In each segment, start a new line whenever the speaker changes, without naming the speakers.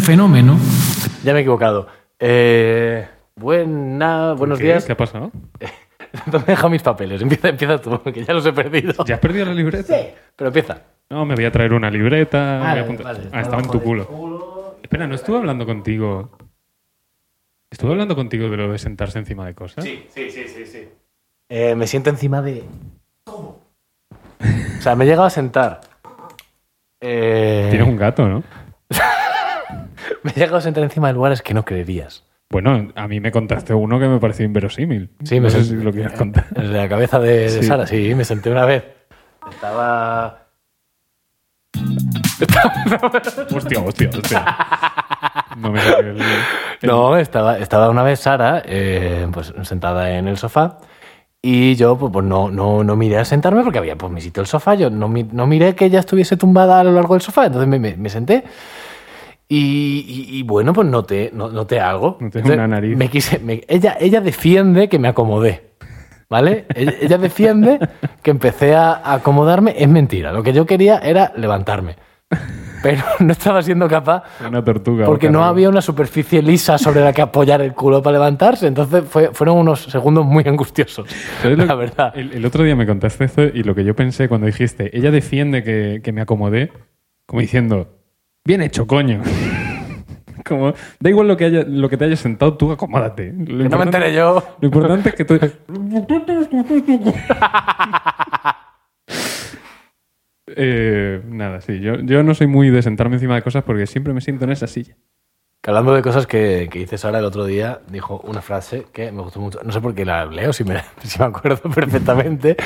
fenómeno.
Ya me he equivocado. Eh, buena, buenos
¿Qué?
días.
¿Qué ha pasado?
¿Dónde he dejado mis papeles? Empieza, empieza tú, que ya los he perdido.
¿Ya has perdido la libreta?
Pero empieza.
No, me voy a traer una libreta.
Ah,
voy a apuntar-
vale,
ah, estaba en tu culo. Espera, ¿no estuve hablando contigo? ¿Estuve hablando contigo de lo de sentarse encima de cosas?
Sí, sí, sí, sí. sí. Eh, me siento encima de todo. O sea, me he llegado a sentar. Eh,
Tienes un gato, ¿no?
Me he llegado a sentar encima de lugares que no creerías.
Bueno, a mí me contaste uno que me pareció inverosímil.
Sí,
no
me
sé si
sent-
lo quieres contar.
En la cabeza de, de
Sí.
Sara, sí, me senté una vez. Estaba.
hostia, hostia, hostia. No me saques el-
No, estaba, estaba una vez Sara eh, pues, sentada en el sofá y yo pues, pues, no, no, no miré a sentarme porque había pues, mi sitio el sofá. Yo no, mi- no miré que ella estuviese tumbada a lo largo del sofá, entonces me, me- me senté. Y, y- y, bueno, pues noté, no- noté algo.
Noté
Entonces,
una nariz.
Me quise, me- ella, ella defiende que me acomodé. ¿Vale? Ella, ella defiende que empecé a a acomodarme. Es mentira. Lo que yo quería era levantarme. Pero no estaba siendo capaz
Una tortuga.
porque
boca
no
arriba.
había una superficie lisa sobre la que apoyar el culo para levantarse. Entonces fue- fueron unos segundos muy angustiosos.
¿Sabes lo
la
que-
verdad.
El, el otro día me contaste esto y lo que yo pensé cuando dijiste, ella defiende que, que me acomodé, como diciendo, bien hecho, coño. como, da igual lo que, haya, lo que te hayas sentado, tú acomódate. Lo
No me
importante-
enteré yo.
Lo importante es que tú... Eh, nada, sí, yo, yo no soy muy de sentarme encima de cosas porque siempre me siento en esa silla.
Que hablando de cosas que, que hice Sara el otro día, dijo una frase que me gustó mucho. No sé por qué la leo, si me, si me acuerdo perfectamente.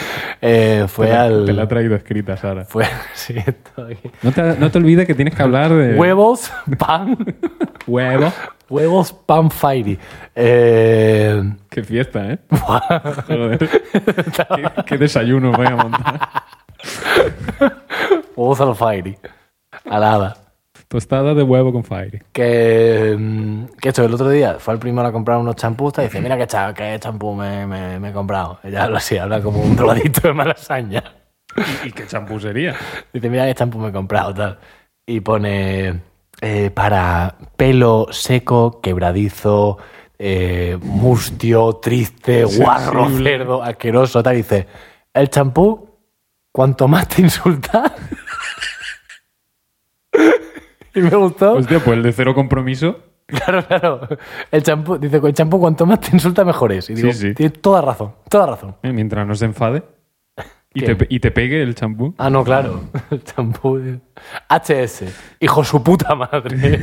Eh, fue
te, la-
al.
te la ha traído escrita, Sara.
fue, sí, estoy aquí.
No te, no te olvides que tienes que hablar de...
Huevos, pan.
Eh. Huevo.
Huevos, pan, fairy. Eh,
Qué fiesta, ¿eh? Joder. qué, qué desayuno voy a montar.
huevos al fairy. Alada.
Tostada de huevo con fire.
Que, mm, que esto, el otro día fue al primero a comprar unos champús y dice, mira qué, cha- qué champú me, me- me he comprado. Ella habla así, habla como un drogadito de malasaña.
¿Y, qué champú sería?
Dice, mira qué champú me he comprado, tal. Y pone, eh, para pelo seco, quebradizo, eh, mustio, triste, guarro,
Sensible.
cerdo, asqueroso, tal. Dice, el champú, cuanto más te insulta... y me gustó.
Hostia, pues el de cero compromiso.
Claro, claro. El champú, dice, el champú cuanto más te insulta, mejor es. Y digo,
sí.
tiene toda razón, toda razón.
eh, mientras no se enfade. Y
¿Qué?
te, pe- y te pegue el champú.
Ah, no, claro. El champú. eh. HS. Hijo su puta madre.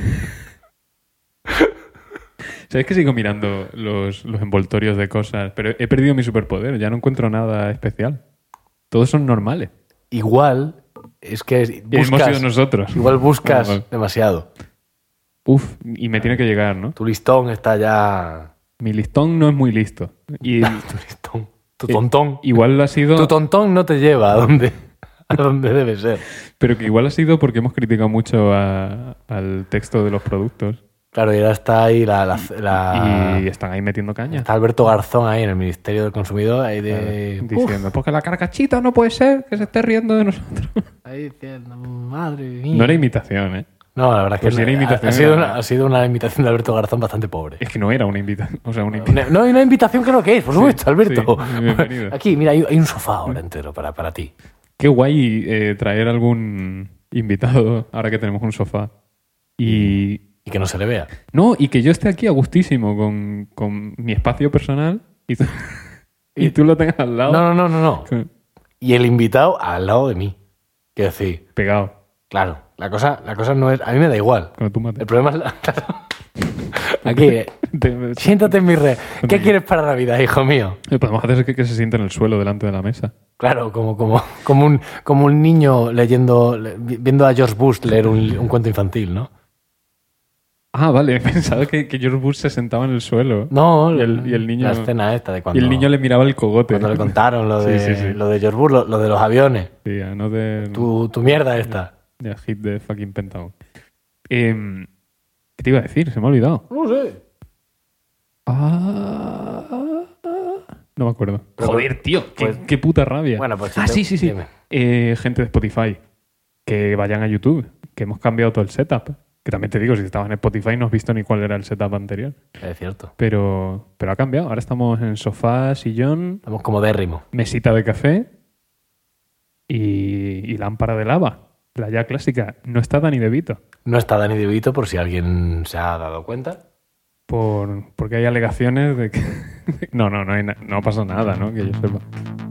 ¿Sabes que sigo mirando los, los envoltorios de cosas? Pero he perdido mi superpoder. Ya no encuentro nada especial. Todos son normales.
Igual es que
Y hemos
buscas,
sido nosotros.
igual buscas
Bueno, vale.
demasiado.
Uf, y me tiene que llegar, ¿no?
Tu listón está ya...
Mi listón no es muy listo. Y
Tu listón. Tu tontón.
igual ha sido...
Tu tontón no te lleva a donde, a donde debe ser.
Pero que igual ha sido porque hemos criticado mucho a- al texto de los productos
Claro, y ahora está ahí la... la, la-
y están ahí metiendo
Ah.
caña.
Está Alberto Garzón ahí en el Ministerio del Consumidor, ahí de... Uf.
Diciendo, porque la carcachita no puede ser que se esté riendo de nosotros.
Ahí diciendo, madre mía.
No era imitación, ¿eh?
No, la verdad es que
Pues si era
no. Ha-
imitación,
ha, sido
era-
una, ha sido una invitación de Alberto Garzón bastante pobre.
Es que no era una invitación. O sea, una invitación.
No, hay una invitación creo que es, por supuesto, Alberto.
sí, bienvenido.
Aquí, mira, hay, hay un sofá ahora entero para, para ti.
Qué guay eh, traer algún invitado ahora que tenemos un sofá. Y.
Y que no se le vea.
No, y que yo esté aquí a gustísimo con, con mi espacio personal y tú, y tú lo tengas al
No,
lado.
no, no, no, no. Y el invitado al lado de mí. Quiero decir,
Pegado.
claro, la cosa, la cosa no es... A mí me da igual.
Con tu mate.
El problema es... la- Aquí, eh,
Te-
siéntate en mi red. ¿Qué quieres para Navidad, hijo mío?
Podemos hacer que, que se sienta en el suelo delante de la mesa.
Claro, como, como, como, un, como un niño leyendo, le- viendo a George Bush leer un, un cuento infantil, ¿no?
Ah, vale, pensaba que, que George Bush se sentaba en el suelo.
No,
Y el- y el niño-
la escena esta de cuando,
y el niño le miraba el cogote.
cuando le contaron lo
Sí,
de,
sí, sí.
Lo de George Bush, lo, lo de los aviones.
Sí, ah, no de,
Tu, tu mierda esta.
de hit de fucking Pentagon. Em, ¿Qué te iba a decir? Se me ha olvidado.
No sé.
Ah, no me acuerdo.
Pero-
Joder, tío, qué,
pues-
qué puta rabia.
Bueno, pues si
ah,
te-
sí, sí, sí.
dime.
Eh, gente de Spotify, que vayan a YouTube, que hemos cambiado todo el setup. Que también te digo, si estabas en Spotify no has visto ni cuál era el setup anterior.
Es cierto.
Pero, pero ha cambiado. Ahora estamos en sofá, sillón,
Estamos como dérrimo.
mesita de café y, y lámpara de lava. La ya clásica. No está Dani De Vito.
No está Dani DeVito, por si alguien se ha dado cuenta.
Por, porque hay alegaciones de que... No, no, no, hay na- no pasa nada, ¿no? Que yo sepa.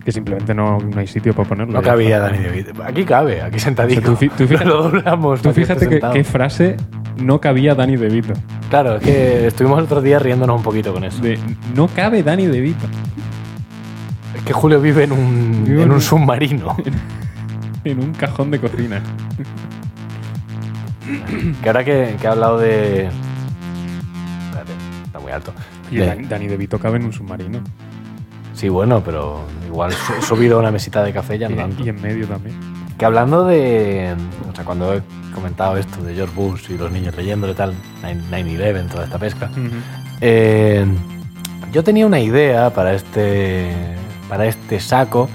Que simplemente no, no hay sitio para ponerlo.
No
Ya
cabía
está.
Dani DeVito. Aquí cabe, aquí sentadito.
O sea, tú fi- tú fija-
lo doblamos.
Tú
para que esté
fíjate que-
sentado.
qué frase no cabía Dani De Vito.
Claro, es que estuvimos el otro día riéndonos un poquito con eso.
De, no cabe Dani De Vito.
Es que Julio vive en un,
Vive
en
en
un
un-
submarino.
En un cajón de cocina.
que ahora que, que ha hablado de. Espérate, está muy alto.
Y
De-
Dan- Dani De Vito cabe en un submarino.
Sí, bueno, pero igual su- subido a una mesita de café ya
Y,
no tanto.
y en medio también.
Que hablando de. O sea, cuando he comentado esto de George Bush y los niños leyéndolo y tal, 9-11, toda esta pesca. eh, yo tenía una idea para este. Para este saco,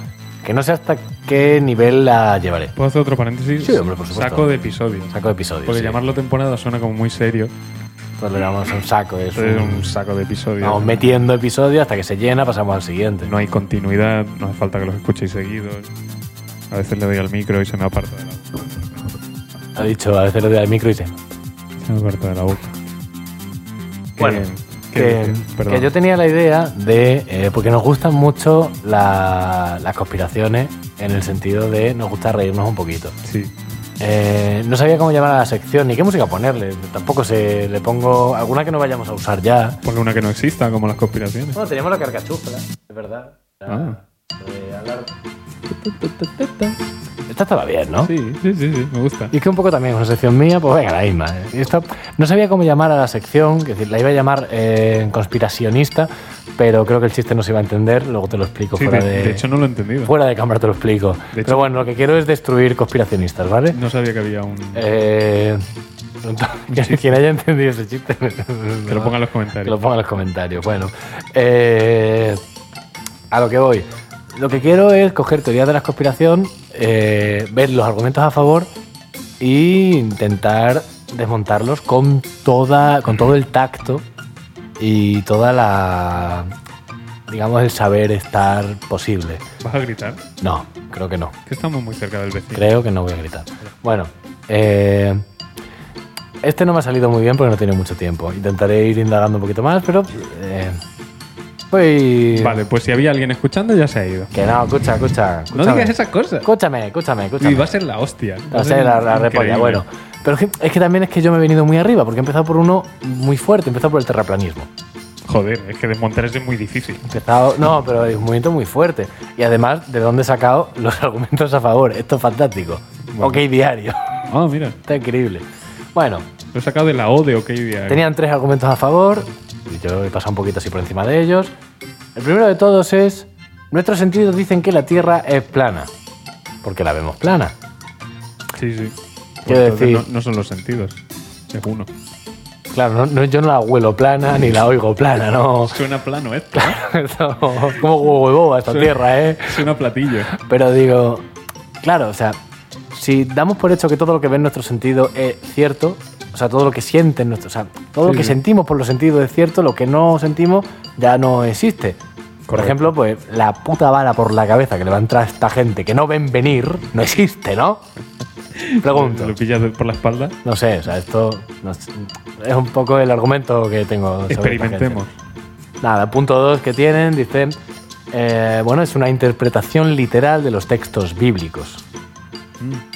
que no sé hasta qué nivel la llevaré.
¿Puedo hacer otro paréntesis?
Sí, hombre, por supuesto.
Saco de episodios.
Saco de episodios.
Porque
sí.
llamarlo temporada suena como muy serio.
Entonces le llamamos un saco. Es
Entonces es
un-
un saco de episodios.
Vamos metiendo episodios hasta que se llena, pasamos al siguiente.
no hay continuidad, no hace falta que los escuchéis seguidos. A veces le doy al micro y se me aparta de la boca.
Ha dicho, a veces le doy al micro y dice.
Se me aparta de la boca.
Bueno,
que,
Que,
que- perdón.
que yo tenía la idea de. eh, porque nos gustan mucho la- las conspiraciones en el sentido de nos gusta reírnos un poquito.
Sí.
Eh, no sabía cómo llamar a la sección ni qué música ponerle. Tampoco se le pongo alguna que no vayamos a usar ya.
Ponle una que no exista, como las conspiraciones.
Bueno, teníamos la carcachufla, es verdad.
Ah.
Eh, hablar- Esta estaba bien, ¿no?
Sí, sí, sí, sí, me gusta.
Y que un poco también es una sección mía, pues venga, la misma. ¿eh? Y esto- no sabía cómo llamar a la sección, que decir, la iba a llamar eh, conspiracionista, pero creo que el chiste no se iba a entender, luego te lo explico
Sí, de,
fuera de,
de hecho no lo he entendido.
fuera de cámara te lo explico.
De
pero
hecho- Mm.
bueno, lo que quiero es destruir conspiracionistas, ¿vale?
No sabía que había un...
Eh, entonces, quien haya entendido ese chiste,
que lo ponga en los comentarios.
que lo ponga en los comentarios. Bueno, eh, a lo que voy. Lo que quiero es coger teorías de la conspiración, eh, ver los argumentos a favor e intentar desmontarlos con, toda, con todo el tacto y toda la. digamos, el saber estar posible.
¿Vas a gritar?
No, creo que no.
Que estamos muy cerca del vecino.
Creo que no voy a gritar. Bueno, eh, este no me ha salido muy bien porque no tiene mucho tiempo. Intentaré ir indagando un poquito más, pero. eh, voy-
Vale, pues si había alguien escuchando ya se ha ido.
Que no, escucha, escucha.
No
escúchame.
digas esas cosas.
Escúchame, escúchame, escúchame.
Y va a ser la hostia.
Va a ser la, la repolla,
increíble.
bueno. Pero es que, es que también es que yo me he venido muy arriba, porque he empezado por uno muy fuerte, he empezado por el terraplanismo.
Joder, es que desmontar es muy difícil.
He empezado, no, pero es un movimiento muy fuerte. Y además, ¿de dónde he sacado los argumentos a favor? Esto es fantástico.
Bueno.
Ok, diario.
Ah, mira.
Está increíble. Bueno,
Lo he sacado de la O de OK ¿eh? Diario.
Tenían tres argumentos a favor, y yo he pasado un poquito así por encima de ellos. El primero de todos es, nuestros sentidos dicen que la Tierra es plana, porque la vemos plana.
Sí, sí. Pues
Quiero
entonces
decir-
No, no son los sentidos. Es uno.
Claro, no, no- yo no la huelo plana ni la oigo plana, no.
Suena plano esto.
Esto- Como huevo de boba esta
Sí.
Tierra, ¿eh?
Suena platillo.
Pero digo, claro, o sea, si damos por hecho que todo lo que ven nuestros sentidos es cierto, o sea, todo lo que sienten nuestros, o sea, todo lo
Sí,
que
sí.
sentimos por los sentidos es cierto, lo que no sentimos ya no existe. Por
Correcto.
ejemplo, pues la puta bala por la cabeza que le va a entrar a esta gente que no ven venir, no existe, ¿no? Pregunto.
Lo pillas de- por la espalda.
No sé, o sea, esto no sé, es un poco el argumento que tengo. sobre esta gente.
Experimentemos.
Nada, punto 2 que tienen, dicen, eh, bueno, es una interpretación literal de los textos bíblicos.
Mm.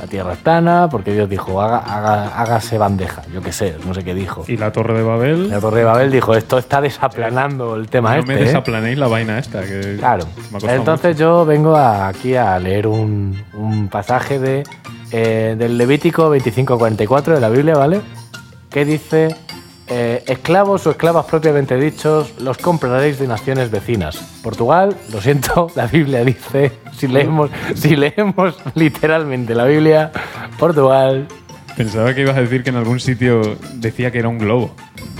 La tierra es plana porque Dios dijo, haga, haga- hágase bandeja, yo qué sé, no sé qué dijo.
Y la Torre de Babel.
La Torre de Babel dijo, esto está desaplanando el tema
no
este.
me
¿eh?".
desaplanéis la vaina esta. Que
Claro.
me ha costado
Entonces yo vengo a- aquí a leer un, un pasaje de, eh, del Levítico 25:44 de la Biblia, ¿vale? Que dice, eh, esclavos o esclavas propiamente dichos, los compraréis de naciones vecinas. Portugal, lo siento, la Biblia dice, si leemos, si leemos literalmente la Biblia, Portugal...
mucho. Pensaba que ibas a decir que en algún sitio decía que era un globo.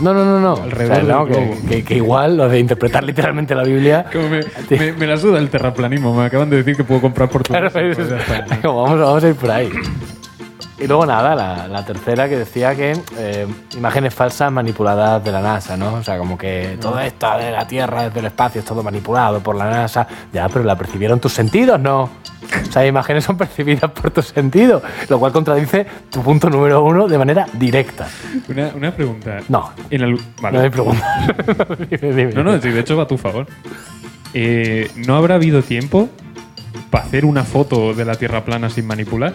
No, no, no, no.
Alrededor
no,
del
que,
globo.
que- que igual lo de interpretar literalmente la Biblia...
Como me, me- me la suda el terraplanismo. Me acaban de decir que puedo comprar por tu
Claro,
casa, pues ya
es-
está.
como vamos, vamos a ir por ahí. Y luego nada, la, la tercera que decía que eh, imágenes falsas manipuladas de la NASA, ¿no? O sea, como que todo esto de la Tierra, desde el espacio, es todo manipulado por la NASA. Ya, pero la percibieron tus sentidos, ¿no? O sea, imágenes son percibidas por tus sentidos, lo cual contradice tu punto número uno de manera directa.
Una, una pregunta.
No.
En la lu- vale.
No me preguntas. Dime, dime.
No, no, sí, de hecho va a tu favor. Eh, ¿No habrá habido tiempo para hacer una foto de la Tierra plana sin manipular?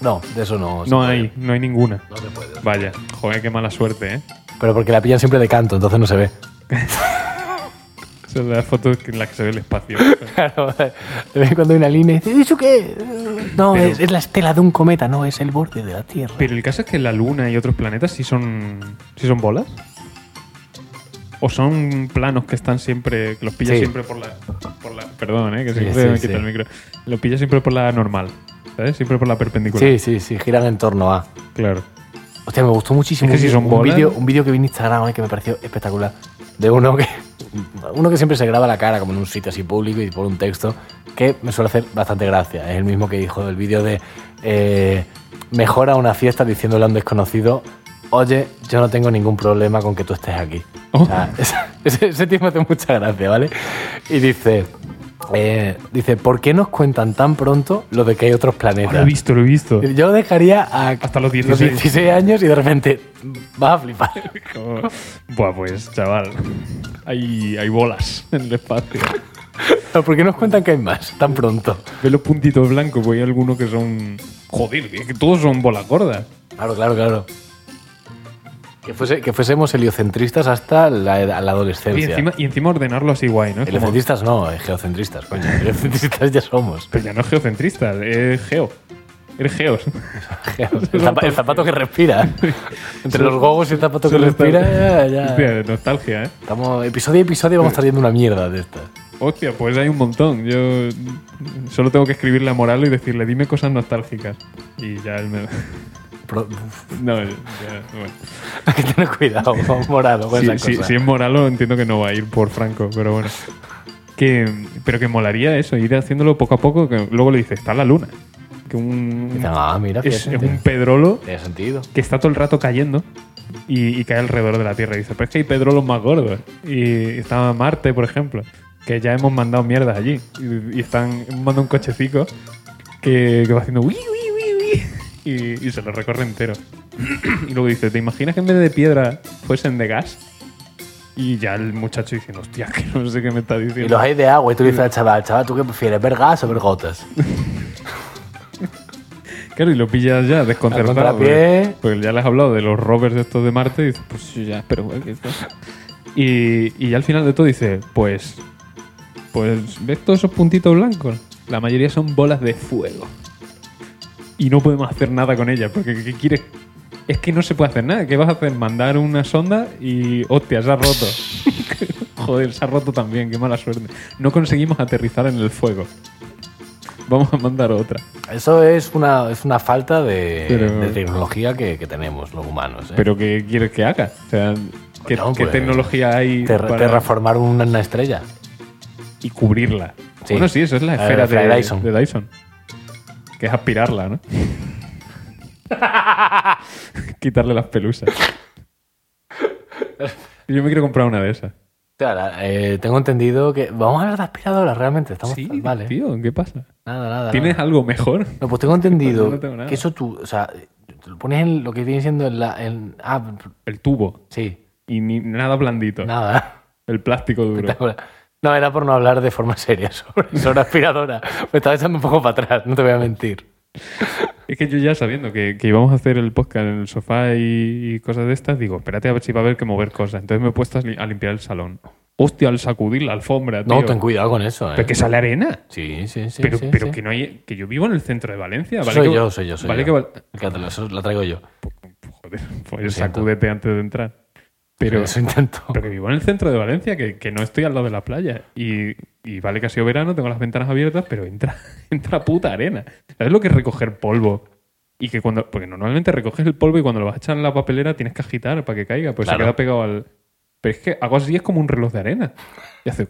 No, de eso no. se
No
puede.
hay, no hay ninguna.
No se puede.
Vaya, joder, qué mala suerte, ¿eh?
Pero porque la pillan siempre de canto, entonces no se ve.
Esa es la foto en la que se ve el espacio.
Claro, de vez en cuando hay una línea y dice, ¿eso qué? No,
Pero-
es, es la estela de un cometa, no, es el borde de la Tierra.
Pero el caso es que la Luna y otros planetas sí son, sí son bolas. O son planos que están siempre. que los pilla
Sí.
siempre por la, por la- Perdón, ¿eh? Que
Sí,
siempre
sí,
me quita
sí.
el micro. Los pilla siempre por la normal. ¿Sabes? Siempre por la perpendicular.
Sí, sí, sí, giran en torno a.
Claro.
Hostia, me gustó muchísimo
Es
un
que si
vi-
son
un
bolas-
vídeo un vídeo que vi en Instagram eh, que me pareció espectacular. De uno que uno que siempre se graba la cara como en un sitio así público y pone un texto que me suele hacer bastante gracia. Es el mismo que dijo el vídeo de eh, mejora una fiesta diciéndole a un desconocido oye, yo no tengo ningún problema con que tú estés aquí. O sea,
Oh.
ese, ese tío me hace mucha gracia, ¿vale? Y dice... eh, dice, ¿por qué nos cuentan tan pronto lo de que hay otros planetas?
Lo he visto, lo he visto.
Yo dejaría a-
Hasta los 16.
16 años y de repente vas a flipar.
Como- Oh. Buah, pues, chaval. Hay, hay bolas en el espacio.
¿Por qué nos cuentan que hay más tan pronto?
Ve los puntitos blancos, pues hay algunos que son. Joder, tío, que todos son bolas gordas.
Claro, claro, claro. Que, fuese- que fuésemos heliocentristas hasta la, ed- la
Y
adolescencia.
encima, y encima ordenarlo así guay, ¿no? Es como-
Heliocentristas no, eh, geocentristas, coño. Heliocentristas ya somos.
Pero ya no es geocentrista, es geo. Eres geos.
El, zapa- el zapato que respira. Entre los gogos y el zapato que
Solo está-
respira, ya, ya.
Hostia, nostalgia, ¿eh?
Estamos, episodio a episodio vamos trayendo una mierda de estas.
Hostia, pues hay un montón. Yo solo tengo que escribirle a Moralo y decirle, dime cosas nostálgicas. Y ya él me...
Pro- uf,
No, ya, bueno.
Hay que tener cuidado, morado, con
Sí,
esas
sí,
cosas.
si es Moralo, entiendo que no va a ir por Franco, pero bueno. Que, pero que molaría eso, ir haciéndolo poco a poco. Que luego le dices, está la luna. Que un,
Dicen, ah, mira,
es, es
fíjate.
un pedrolo
Tiene sentido.
que está todo el rato cayendo y, y cae alrededor de la Tierra. Y dice, pero es que hay pedrolos más gordos. Y está Marte, por ejemplo, que ya hemos mandado mierdas allí. Y, y están mandando un cochecico que, que va haciendo "Uy, uy, uy, uy", y, y se lo recorre entero. y luego dice, ¿te imaginas que en vez de piedra fuesen de gas? Y ya el muchacho diciendo, hostia, que no sé qué me está diciendo.
Y los hay de agua y tú le dices al chaval, chaval, ¿tú qué prefieres, ver gas o ver gotas?
Claro, y lo pillas ya
Al
desconcertado.
contrapié.
Porque, porque pues ya les has hablado de los rovers de estos de Marte y dices, pues yo ya, pero bueno, que esto- Y, y ya al final de todo dice, pues. Pues, ¿ves todos esos puntitos blancos? La mayoría son bolas de fuego. Y no podemos hacer nada con ellas, porque ¿qué quieres? Es que no se puede hacer nada. ¿Qué vas a hacer? Mandar una sonda y. ¡Hostia, se ha roto! Joder, se ha roto también, qué mala suerte. No conseguimos aterrizar en el fuego. Vamos a mandar otra.
Eso es una, es una falta de,
Pero-
de tecnología que, que tenemos los humanos. ¿eh?
¿Pero qué quieres que haga? O sea, ¿qué,
Bueno,
qué
pues,
tecnología hay
Terra-
para-
Terraformar una, una estrella.
y cubrirla?
Sí.
Bueno, sí, eso es la
La
esfera
de- la
de,
de Dyson.
de Dyson. Que es aspirarla, ¿no? Quitarle las pelusas. Yo me quiero comprar una de esas.
Claro, eh, tengo entendido que. Vamos a hablar de aspiradoras realmente. Estamos
Sí,
Pues vale.
tío, ¿qué pasa?
Nada, nada.
¿Tienes algo mejor?
No, pues tengo entendido
No tengo nada.
que eso tú. O sea, te lo pones en lo que viene siendo en la. en- ah,
El tubo.
sí,
Y ni, nada blandito.
nada.
El plástico duro.
No, era por no hablar de forma seria sobre, sobre aspiradora. Me estaba echando un poco para atrás, no te voy a mentir.
Es que yo ya sabiendo que, que íbamos a hacer el podcast en el sofá y, y cosas de estas, digo, espérate a ver si va a haber que mover cosas. Entonces me he puesto a, li- a limpiar el salón. Hostia, al sacudir la alfombra,
No,
tío.
ten cuidado con eso. ¿eh?
Pero que sale arena.
Sí, sí, sí.
pero
sí,
pero
sí.
que no hay... Que yo vivo en el centro de Valencia. Vale
soy
que-
yo, soy yo, soy
vale
yo.
que val-
El catalán, eso la traigo yo.
Joder, pues
siento.
sacúdete antes de entrar. Pero,
Pero eso intento.
pero que vivo en el centro de Valencia, que, que no estoy al lado de la playa. Y, y vale que ha sido verano, tengo las ventanas abiertas, pero entra, entra puta arena. ¿Sabes lo que es recoger polvo? Y que cuando, porque normalmente recoges el polvo y cuando lo vas a echar en la papelera tienes que agitar para que caiga, pues se
Claro.
queda pegado al. Pero es que hago así, es como un reloj de arena. Y hace.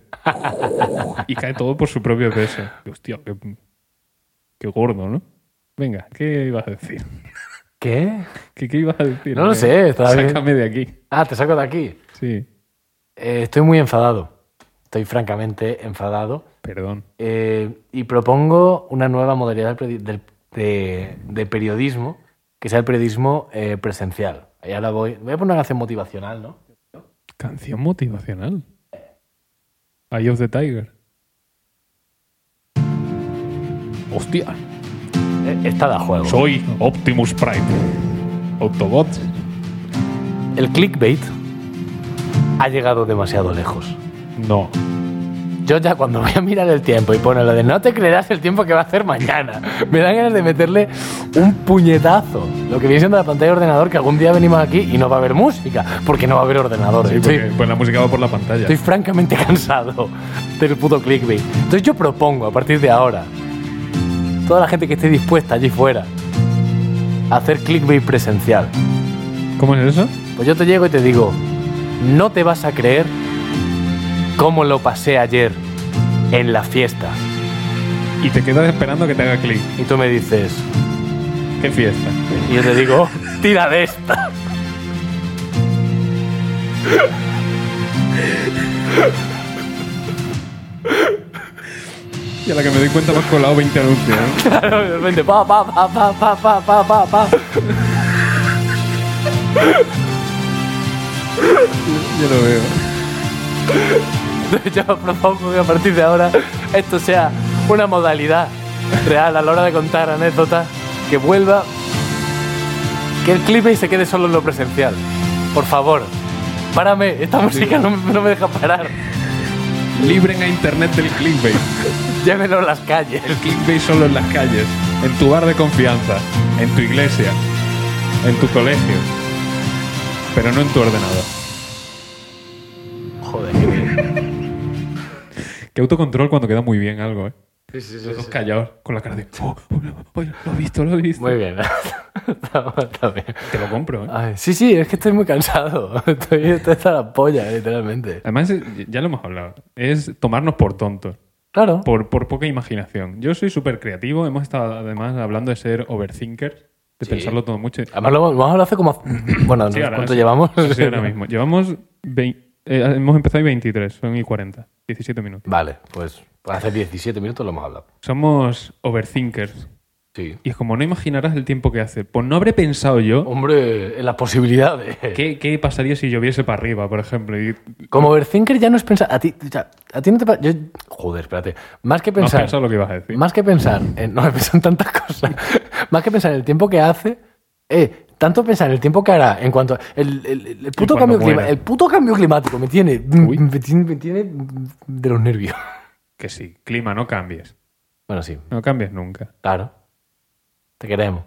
y cae todo por su propio peso. Y, hostia, qué, qué gordo, ¿no? Venga, ¿qué ibas a decir?
¿Qué?
¿Qué, qué ibas a decir?
No lo
Eh,
sé, está bien.
Sácame de aquí.
Ah, te saco de aquí.
Sí,
Eh, estoy muy enfadado. Estoy francamente enfadado.
perdón.
Eh, y propongo una nueva modalidad de, peri- del- de- de periodismo, que sea el periodismo eh, presencial. Y ahora voy. Voy a poner una canción motivacional, ¿no?
Canción motivacional. Eye of the Tiger. Hostia.
Eh, Esta da juego.
Soy Optimus Prime. Autobots.
El clickbait ha llegado demasiado lejos.
No.
Yo ya cuando voy a mirar el tiempo y pone lo de no te creerás el tiempo que va a hacer mañana, me dan ganas de meterle un puñetazo. Lo que viene siendo la pantalla de ordenador, que algún día venimos aquí y no va a haber música, porque no va a haber ordenador.
Sí,
estoy,
porque pues la música va por la pantalla.
estoy francamente cansado del puto clickbait. Entonces yo propongo a partir de ahora, toda la gente que esté dispuesta allí fuera, a hacer clickbait presencial.
¿Cómo es eso?
Pues yo te llego y te digo, no te vas a creer cómo lo pasé ayer en la fiesta.
Y te quedas esperando que te haga clic.
Y tú me dices,
¡Qué fiesta!
y yo te digo, tira de esta.
Y a la que me doy cuenta me has colado 20 anuncios. ¿eh?
Claro, y de repente, pa, pa, pa, pa, pa, pa, pa, pa, pa.
Yo lo veo.
Entonces yo propongo que a partir de ahora esto sea una modalidad real a la hora de contar anécdotas que vuelva, que el clipe y se quede solo en lo presencial. Por favor, párame, esta música no, me- no me deja parar.
Libren a internet del clickbait.
Llévenlo a las calles.
El clickbait solo en las calles, en tu bar de confianza, en tu iglesia, en tu colegio, pero no en tu ordenador.
Joder, qué bien.
Que autocontrol cuando queda muy bien algo, ¿eh? Todos callados, con la cara de... "Oh, oh, oh, lo he visto, lo he visto.
Muy bien. Está- está bien.
Te lo compro, ¿eh?
Ay, sí, sí, es que estoy muy cansado. Estoy, estoy hasta la polla, literalmente.
Además, eh, ya lo hemos hablado, es tomarnos por tontos,
Claro.
por, por poca imaginación. Yo soy súper creativo, hemos estado además hablando de ser overthinkers, de
Sí.
pensarlo todo mucho.
Además, lo hemos hablado hace como. Bueno, no
Sí,
sé
ahora-
cuánto
sí,
llevamos.
sí, sí, ahora mismo. Llevamos... vein- eh, hemos empezado y 23, son y 40, 17 minutos.
Vale, pues hace 17 minutos lo hemos hablado.
Somos overthinkers.
Sí.
Y es como no imaginarás el tiempo que hace. Pues no habré pensado yo
Hombre, en las posibilidades.
qué, qué pasaría si lloviese para arriba, por ejemplo. Y
Como Overthinker ya no es pensar. A ti, o sea, a ti no te pa- yo- Joder, espérate. Más que
no has
pensar.
pensado lo que ibas a decir.
Más que pensar, en, no me pienso en tantas cosas, más que pensar en el tiempo que hace, eh, tanto pensar en el tiempo que hará, en cuanto a- el, el- el puto
cuando
cambio
muera.
climático, el puto cambio climático me tiene, mm,
Uy.
me tiene, me tiene de los nervios.
Que sí, clima, no cambies.
Bueno, sí,
No cambies nunca.
claro. Te queremos.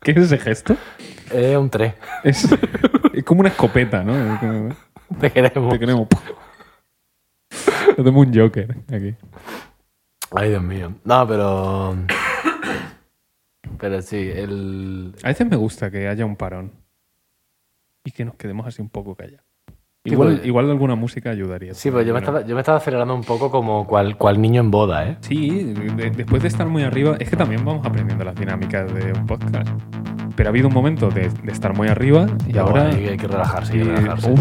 ¿Qué es ese gesto?
Eh, un 3.
Es, es como una escopeta, ¿no? Es como-
Te queremos.
Te queremos. Yo tengo un Joker aquí.
Ay, Dios mío. No, pero. Pero sí, el.
A veces me gusta que haya un parón y que nos quedemos así un poco callados.
Sí,
Igual,
porque-
igual alguna música ayudaría.
Sí, pues yo me
Bueno.
estaba, yo me estaba acelerando un poco como cual, cual niño en boda, ¿eh?
Sí, de- después de estar muy arriba, es que también vamos aprendiendo las dinámicas de un podcast. Pero ha habido un momento de, de estar muy arriba y
Pero
ahora...
bueno, hay, que- hay que relajarse, hay
y-
que relajarse.
uf.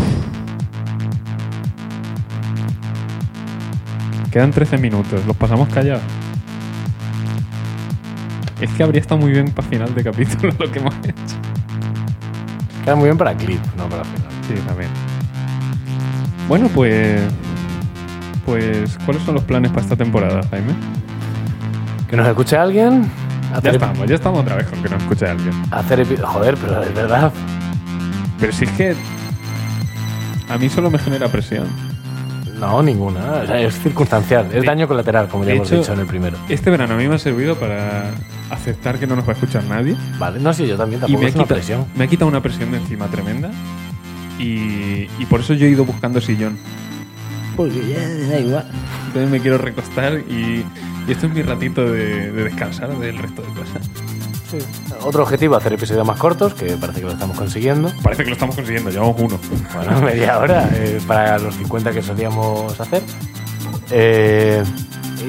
Quedan 13 minutos, los pasamos callados. Es que habría estado muy bien para final de capítulo lo que hemos hecho.
Queda muy bien para clip, no para final.
Sí, también. Bueno, pues... Pues, ¿cuáles son los planes para esta temporada, Jaime?
Que nos escuche alguien.
Ya
Hacer,
estamos, ya estamos otra vez con que nos escuche alguien.
hacer epi- Joder, pero de verdad.
Pero si es que a mí solo me genera presión.
No, ninguna. O sea, es circunstancial. Es
De-
daño colateral, como ya
de
hemos
hecho-
dicho en el primero.
Este verano a mí me ha servido para aceptar que no nos va a escuchar nadie.
Vale. No, sí, yo también.
y
Tampoco
me ha,
es una
quita-
presión.
me ha quitado una presión de encima tremenda. Y, y por eso yo he ido buscando sillón.
Porque Pues ya da igual.
Entonces me quiero recostar y, y esto es mi ratito de, de descansar del resto de cosas.
Otro objetivo, hacer episodios más cortos, que parece que lo estamos consiguiendo.
Parece que lo estamos consiguiendo, llevamos uno.
Bueno, media hora eh, para los 50 que solíamos hacer. Eh,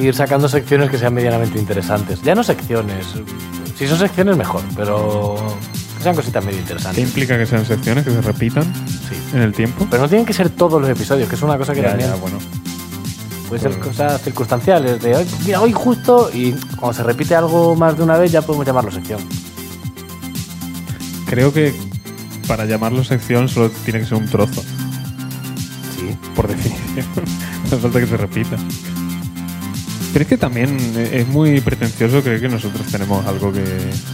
ir sacando secciones que sean medianamente interesantes. Ya no secciones. Si son secciones, mejor, pero que sean cositas medio
¿Qué
interesantes.
implica que sean secciones que se repitan
Sí.
en el tiempo?
Pero no tienen que ser todos los episodios, que es una cosa que
Ya,
también
ya, pues, bueno.
puede ser cosas circunstanciales. De "Ay, mira, hoy justo, y cuando se repite algo más de una vez, ya podemos llamarlo sección.
Creo que para llamarlo sección solo tiene que ser un trozo,
Sí.
por definición. no hace falta que se repita. Pero es que también es muy pretencioso creer que nosotros tenemos algo que,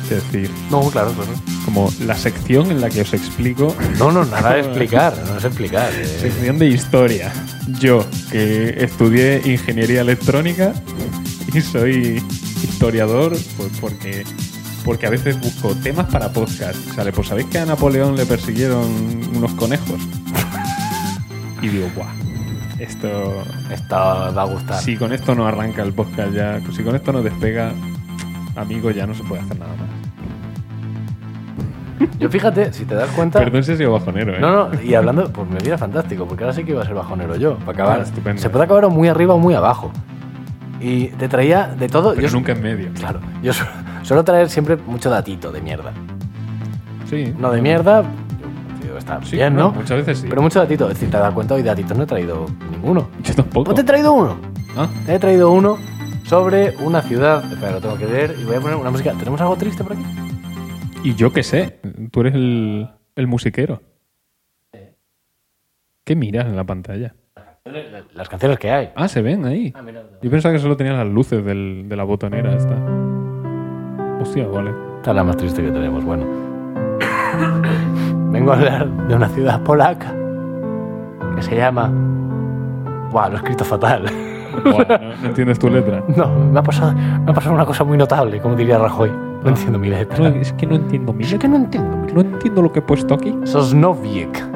que decir.
No, claro, claro.
Como la sección en la que os explico,
No, no, nada de explicar, no es explicar. eh.
sección de historia. Yo, que estudié ingeniería electrónica y soy historiador, pues porque, porque a veces busco temas para podcast. Sale, pues ¿sabéis que a Napoleón le persiguieron unos conejos? Y digo, guau, esto...
Esta va a gustar.
Si con esto no arranca el podcast ya, si con esto no despega, amigo, ya no se puede hacer nada más.
Yo fíjate, si te das cuenta.
Perdón si he sido bajonero, ¿eh?
No, no, y hablando, pues me viene fantástico, porque ahora sí que iba a ser bajonero yo, para acabar.
Ah, estupendo.
Se puede acabar o muy arriba o muy abajo. Y te traía de todo.
Pero
yo su-
nunca en medio.
Claro, yo su- suelo traer siempre mucho datito de mierda.
Sí.
No de mierda, digo, está
Sí,
bien,
no,
¿no?
muchas veces sí.
Pero mucho datito. Es decir, te das cuenta, hoy datitos no he traído ninguno.
Yo tampoco.
Pues te he traído uno.
Ah,
Te he traído uno sobre una ciudad. Espera, lo tengo que leer y voy a poner una música. ¿Tenemos algo triste por aquí?
y yo qué sé, tú eres el, el musiquero. ¿Qué miras en la pantalla?
Las canciones que hay.
Ah, se ven ahí. Yo pensaba que solo tenían las luces del- de la botonera esta. Hostia, vale.
Esta es la más triste que tenemos, bueno. Vengo a hablar de una ciudad polaca que se llama... Buah, lo he escrito fatal.
Buah, no, no entiendes tu letra.
No, me ha pasado, me ha pasado una cosa muy notable, como diría Rajoy.
Ah.
No entiendo mi
No,
letra.
es que no entiendo mi
Es
letra.
que no entiendo mi letra.
No entiendo lo que he puesto aquí.
Sosnowiec.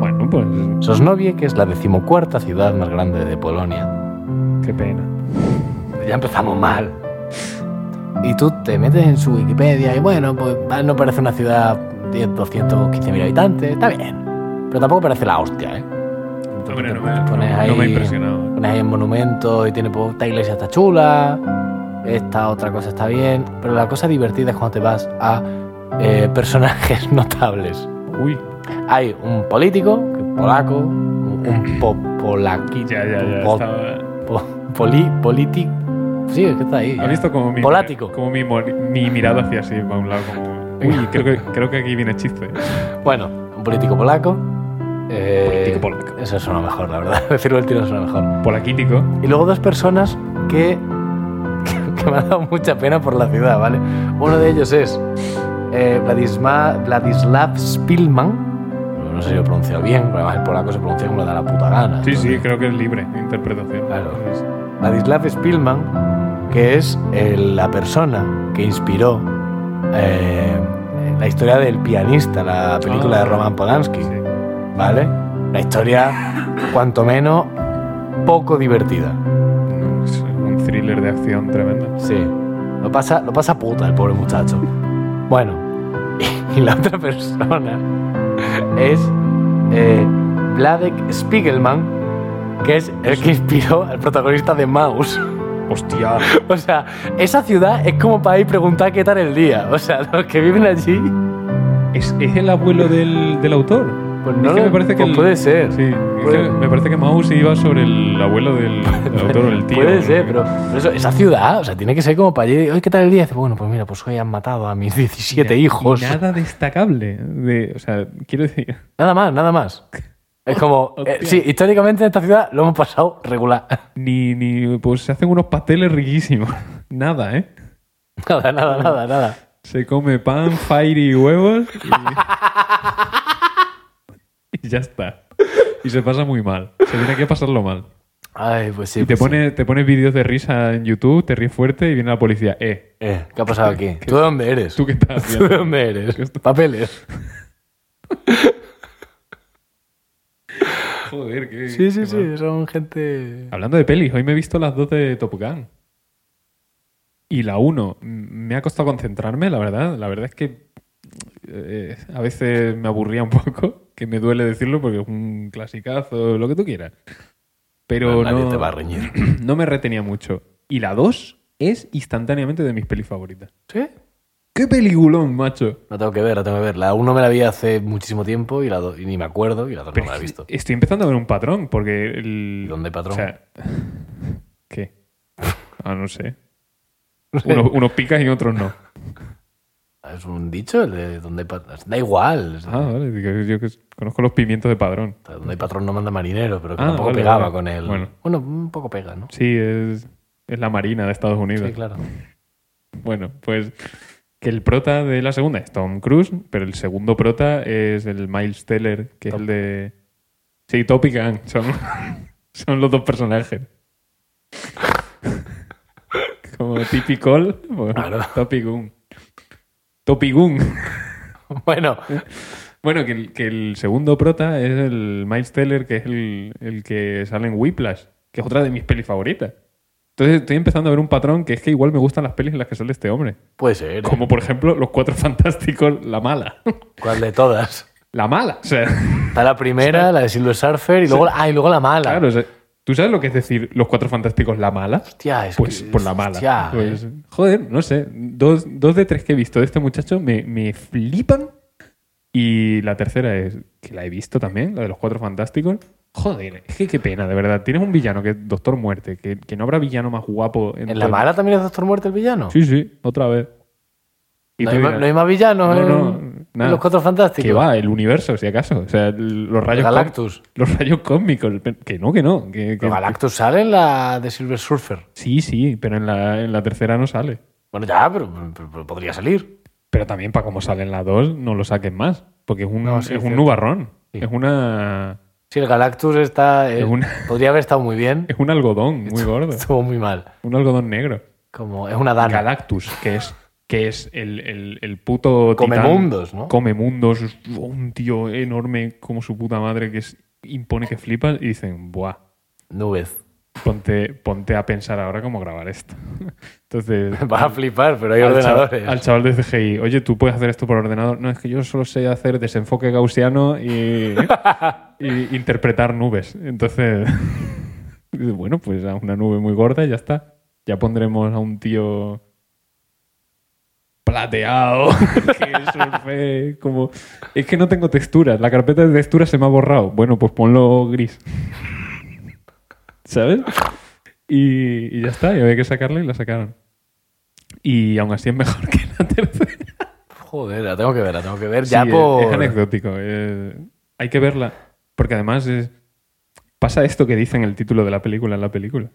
Bueno, pues
Sosnowiec es la decimocuarta ciudad más grande de Polonia.
qué pena.
Ya empezamos mal. Y tú te metes en su Wikipedia y bueno, pues no parece una ciudad de 200, 15.000 habitantes. Está bien. Pero tampoco parece la hostia, ¿eh?
Hombre, no,
Te
me,
pones
no-
ahí-
no me ha impresionado.
Pones ahí en monumento y tiene pues, esta iglesia está chula, esta otra cosa está bien, pero la cosa divertida es cuando te vas a eh, personajes notables.
Uy,
Hay un político, que es polaco, un un po polaqui-
ya, ya, ya.
po-
estaba-
po- poli, politi- sí, es que está ahí.
¿Has visto como mi,
Polático.
como mi, mor- mi mirada hacia así, para un lado? Como, uy, creo que, creo que aquí viene chiste.
Bueno, un político polaco. eh,
Político polaco.
Eso suena mejor, la verdad. Decirlo el tiro suena mejor.
Polaquítico.
Y luego dos personas que, que, que me han dado mucha pena por la ciudad, ¿vale? Uno de ellos es eh, Vladisma- Vladislav Spilman. No sé si lo he pronunciado bien, pero además el polaco se pronuncia como le da la puta gana.
Sí, sí,
Entonces,
creo que es libre de interpretación.
Claro. Vladislav Spilman, que es eh, la persona que inspiró eh, la historia del pianista, la película
Ah.
de Roman Polanski,
Sí.
¿vale? Una historia, cuanto menos, poco divertida.
No, es un thriller de acción tremendo.
Sí. Lo pasa, lo pasa puta el pobre muchacho. Bueno, y la otra persona es eh, Vladek Spiegelman, que es el que inspiró al protagonista de Mouse.
Hostia.
O sea, esa ciudad es como para ir preguntar qué tal el día. O sea, los que viven allí,
¿Es, es el abuelo del, del autor?
pues no
es que
lo-
me parece que
pues
el-
puede ser.
Sí, es que
Puede-
me parece que Mouse iba sobre el abuelo del, del autor o el tío.
Puede ser, pero, pero eso, esa ciudad, o sea, tiene que ser como para allí. Hoy, ¿qué tal el día? Y dice, bueno, pues mira, pues hoy han matado a mis 17
Y
hijos.
Nada destacable. de- o sea, quiero decir.
Nada más, nada más. Es como, eh,
Hostia.
sí, históricamente en esta ciudad lo hemos pasado regular.
Ni, ni. Pues se hacen unos pasteles riquísimos. Nada, ¿eh?
Nada, nada, nada, nada.
Se come pan, fire y huevos. Y, y ya está. Y se pasa muy mal. Se tiene que pasarlo mal.
Ay, pues sí.
Y te
pues sí.
pone, te pones vídeos de risa en YouTube, te ríes fuerte y viene la policía. Eh,
Eh, ¿Qué ha pasado aquí? ¿Tú de dónde eres?
¿tú qué estás
¿Tú de
haciendo?
dónde eres? Papeles.
Joder, qué.
Sí, sí,
qué mal.
sí, son gente.
Hablando de pelis, hoy me he visto las dos de Top Gun. Y la uno, mm, me ha costado concentrarme, la verdad. La verdad es que eh, a veces me aburría un poco, que me duele decirlo porque es un clasicazo, lo que tú quieras. Pero
Nadie
no,
te va a reñir.
no me retenía mucho. Y la 2 es instantáneamente de mis pelis favoritas.
¿Sí?
¡Qué peliculón, macho!
La tengo que ver, la tengo que ver. La 1 me la vi hace muchísimo tiempo y la do- y ni me acuerdo y la 2 no
Pero
me la he
es-
visto.
Estoy empezando a ver un patrón, porque... El,
¿Dónde hay patrón?
O sea, ¿Qué? Ah, no sé. Unos, unos picas y otros no.
Es un dicho, el de donde hay patrón. Da igual.
Ah, vale. digo, Yo que conozco los pimientos de padrón.
Donde hay patrón no manda marinero, pero que
Ah,
tampoco
vale,
pegaba
vale.
con él.
Bueno.
un poco pega, ¿no?
Sí, es, es la Marina de Estados Unidos.
Sí, claro.
Bueno, pues que el prota de la segunda es Tom Cruise, pero el segundo prota es el Miles Teller, que es el de... Sí, Top y Gun. Son, son los dos personajes. Como typical, bueno,
Claro.
Top y Gun. Top y Gun.
Bueno,
Bueno, que el, que el segundo prota es el Miles Teller, que es el, el que sale en Whiplash, que es otra de mis pelis favoritas. Entonces estoy empezando a ver un patrón que es que igual me gustan las pelis en las que sale este hombre.
puede ser. ¿eh?
Como por ejemplo Los Cuatro Fantásticos, La Mala.
¿Cuál de todas?
La Mala. O sea,
Está la primera, la de Silver Surfer y luego, ah, y luego la mala.
claro, o sea, ¿tú sabes lo que es decir Los Cuatro Fantásticos, La Mala?
Hostia, es
Pues
que-
por la mala.
hostia, ¿eh?
Pues, Joder, no sé. Dos, dos de tres que he visto de este muchacho me, me flipan. Y la tercera es que la he visto también, la de los cuatro fantásticos. Joder, es que qué pena, de verdad. Tienes un villano que es Doctor Muerte, que, que no habrá villano más guapo.
¿En
todo
la
el-
mala también es Doctor Muerte el villano?
pues- Sí, sí, otra vez. Y
¿No,
tú
hay, ma-
dirás,
no hay más villanos
No,
en,
no,
en
nada.
Los Cuatro Fantásticos?
que va, el universo, si acaso. O sea, el- los rayos. cósmicos-
Galactus.
Los rayos cósmicos. Que no, que no. Que, que-
Pero Galactus sale en la de Silver Surfer.
Sí, sí, pero en la, en la tercera no sale.
Bueno, ya, pero, pero- pero podría salir.
Pero también para como salen las dos, no lo saquen más. Porque es un,
No, sí,
es
es
un
cierto.
nubarrón.
Sí.
Es una.
Sí, el Galactus está. eh,
Es una-
Podría haber estado muy bien.
Es un algodón muy gordo.
Estuvo muy mal.
Un algodón negro.
Como, es una dana.
Galactus, que es, que es el, el, el puto.
Come mundos, ¿no?
Come mundos. Un tío enorme como su puta madre que es- impone que flipas. Y dicen, buah,
Nubes.
ponte, ponte a pensar ahora cómo grabar esto. Entonces.
Vas a flipar, pero hay
al
ordenadores.
chaval- al chaval de CGI, oye, tú puedes hacer esto por ordenador. No, es que yo solo sé hacer desenfoque gaussiano y, y interpretar nubes. Entonces, dices, bueno, pues a una nube muy gorda y ya está. Ya pondremos a un tío plateado que surfe como... Es que no tengo texturas, la carpeta de texturas se me ha borrado. Bueno, pues ponlo gris. ¿Sabes? Y, y ya está, y había que sacarla y la sacaron. Y aún así es mejor que la tercera.
Joder, la tengo que ver, la tengo que ver. ya
Sí, es-
por.
es, anecdótico. eh, hay que verla. Porque además es- pasa esto que dice en el título de la película en la película.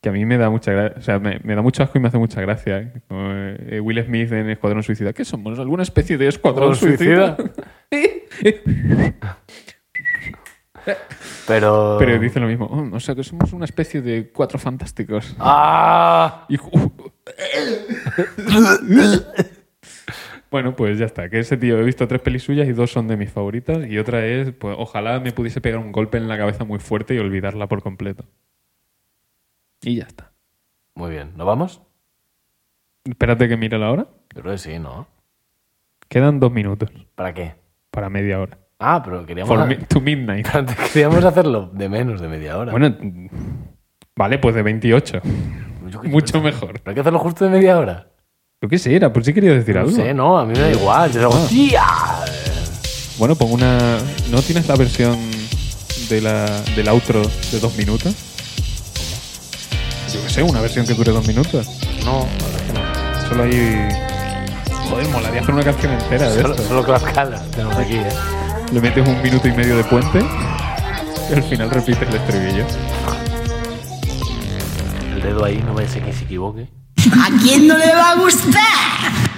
Que a mí me da mucha gra- o sea, me, me da mucho asco y me hace mucha gracia. eh. Como, eh, Will Smith en Escuadrón Suicida. ¿Qué somos? ¿Alguna especie de Escuadrón
¿Escuadrón
Suicida?
Pero.
Pero dice lo mismo. "Oh, o sea, que somos una especie de cuatro fantásticos.
¡Ah!
Y- bueno, pues ya está. Que ese tío, he visto tres pelis suyas y dos son de mis favoritas. Y otra es, pues ojalá me pudiese pegar un golpe en la cabeza muy fuerte y olvidarla por completo. Y ya está.
Muy bien, ¿nos vamos?
Espérate que mire la hora.
Yo creo que sí, ¿no?
Quedan dos minutos
¿Para qué?
para media hora.
Ah, pero queríamos.
For mi- to midnight.
Pero antes queríamos hacerlo de menos de media hora.
Bueno, vale, pues de 28.
Yo qué sé,
Mucho mejor.
pero hay que hacerlo justo de media hora.
Yo qué sé, era, por si quería decir
No
algo.
sé, no, a mí me da igual. Yo digo, ¡hostia!
Bueno, pongo una. ¿No tienes la versión de la, del outro de dos minutos? Yo qué sé, una versión que dure dos minutos.
No,
Solo hay. Joder, molaría hacer una canción entera de
solo,
esto.
solo Tlaxcala tenemos aquí, ¿eh?
Le metes un minuto y medio de puente y al final repites el estribillo.
El dedo ahí, no me sé que se equivoque.
¿A quién no le va a gustar?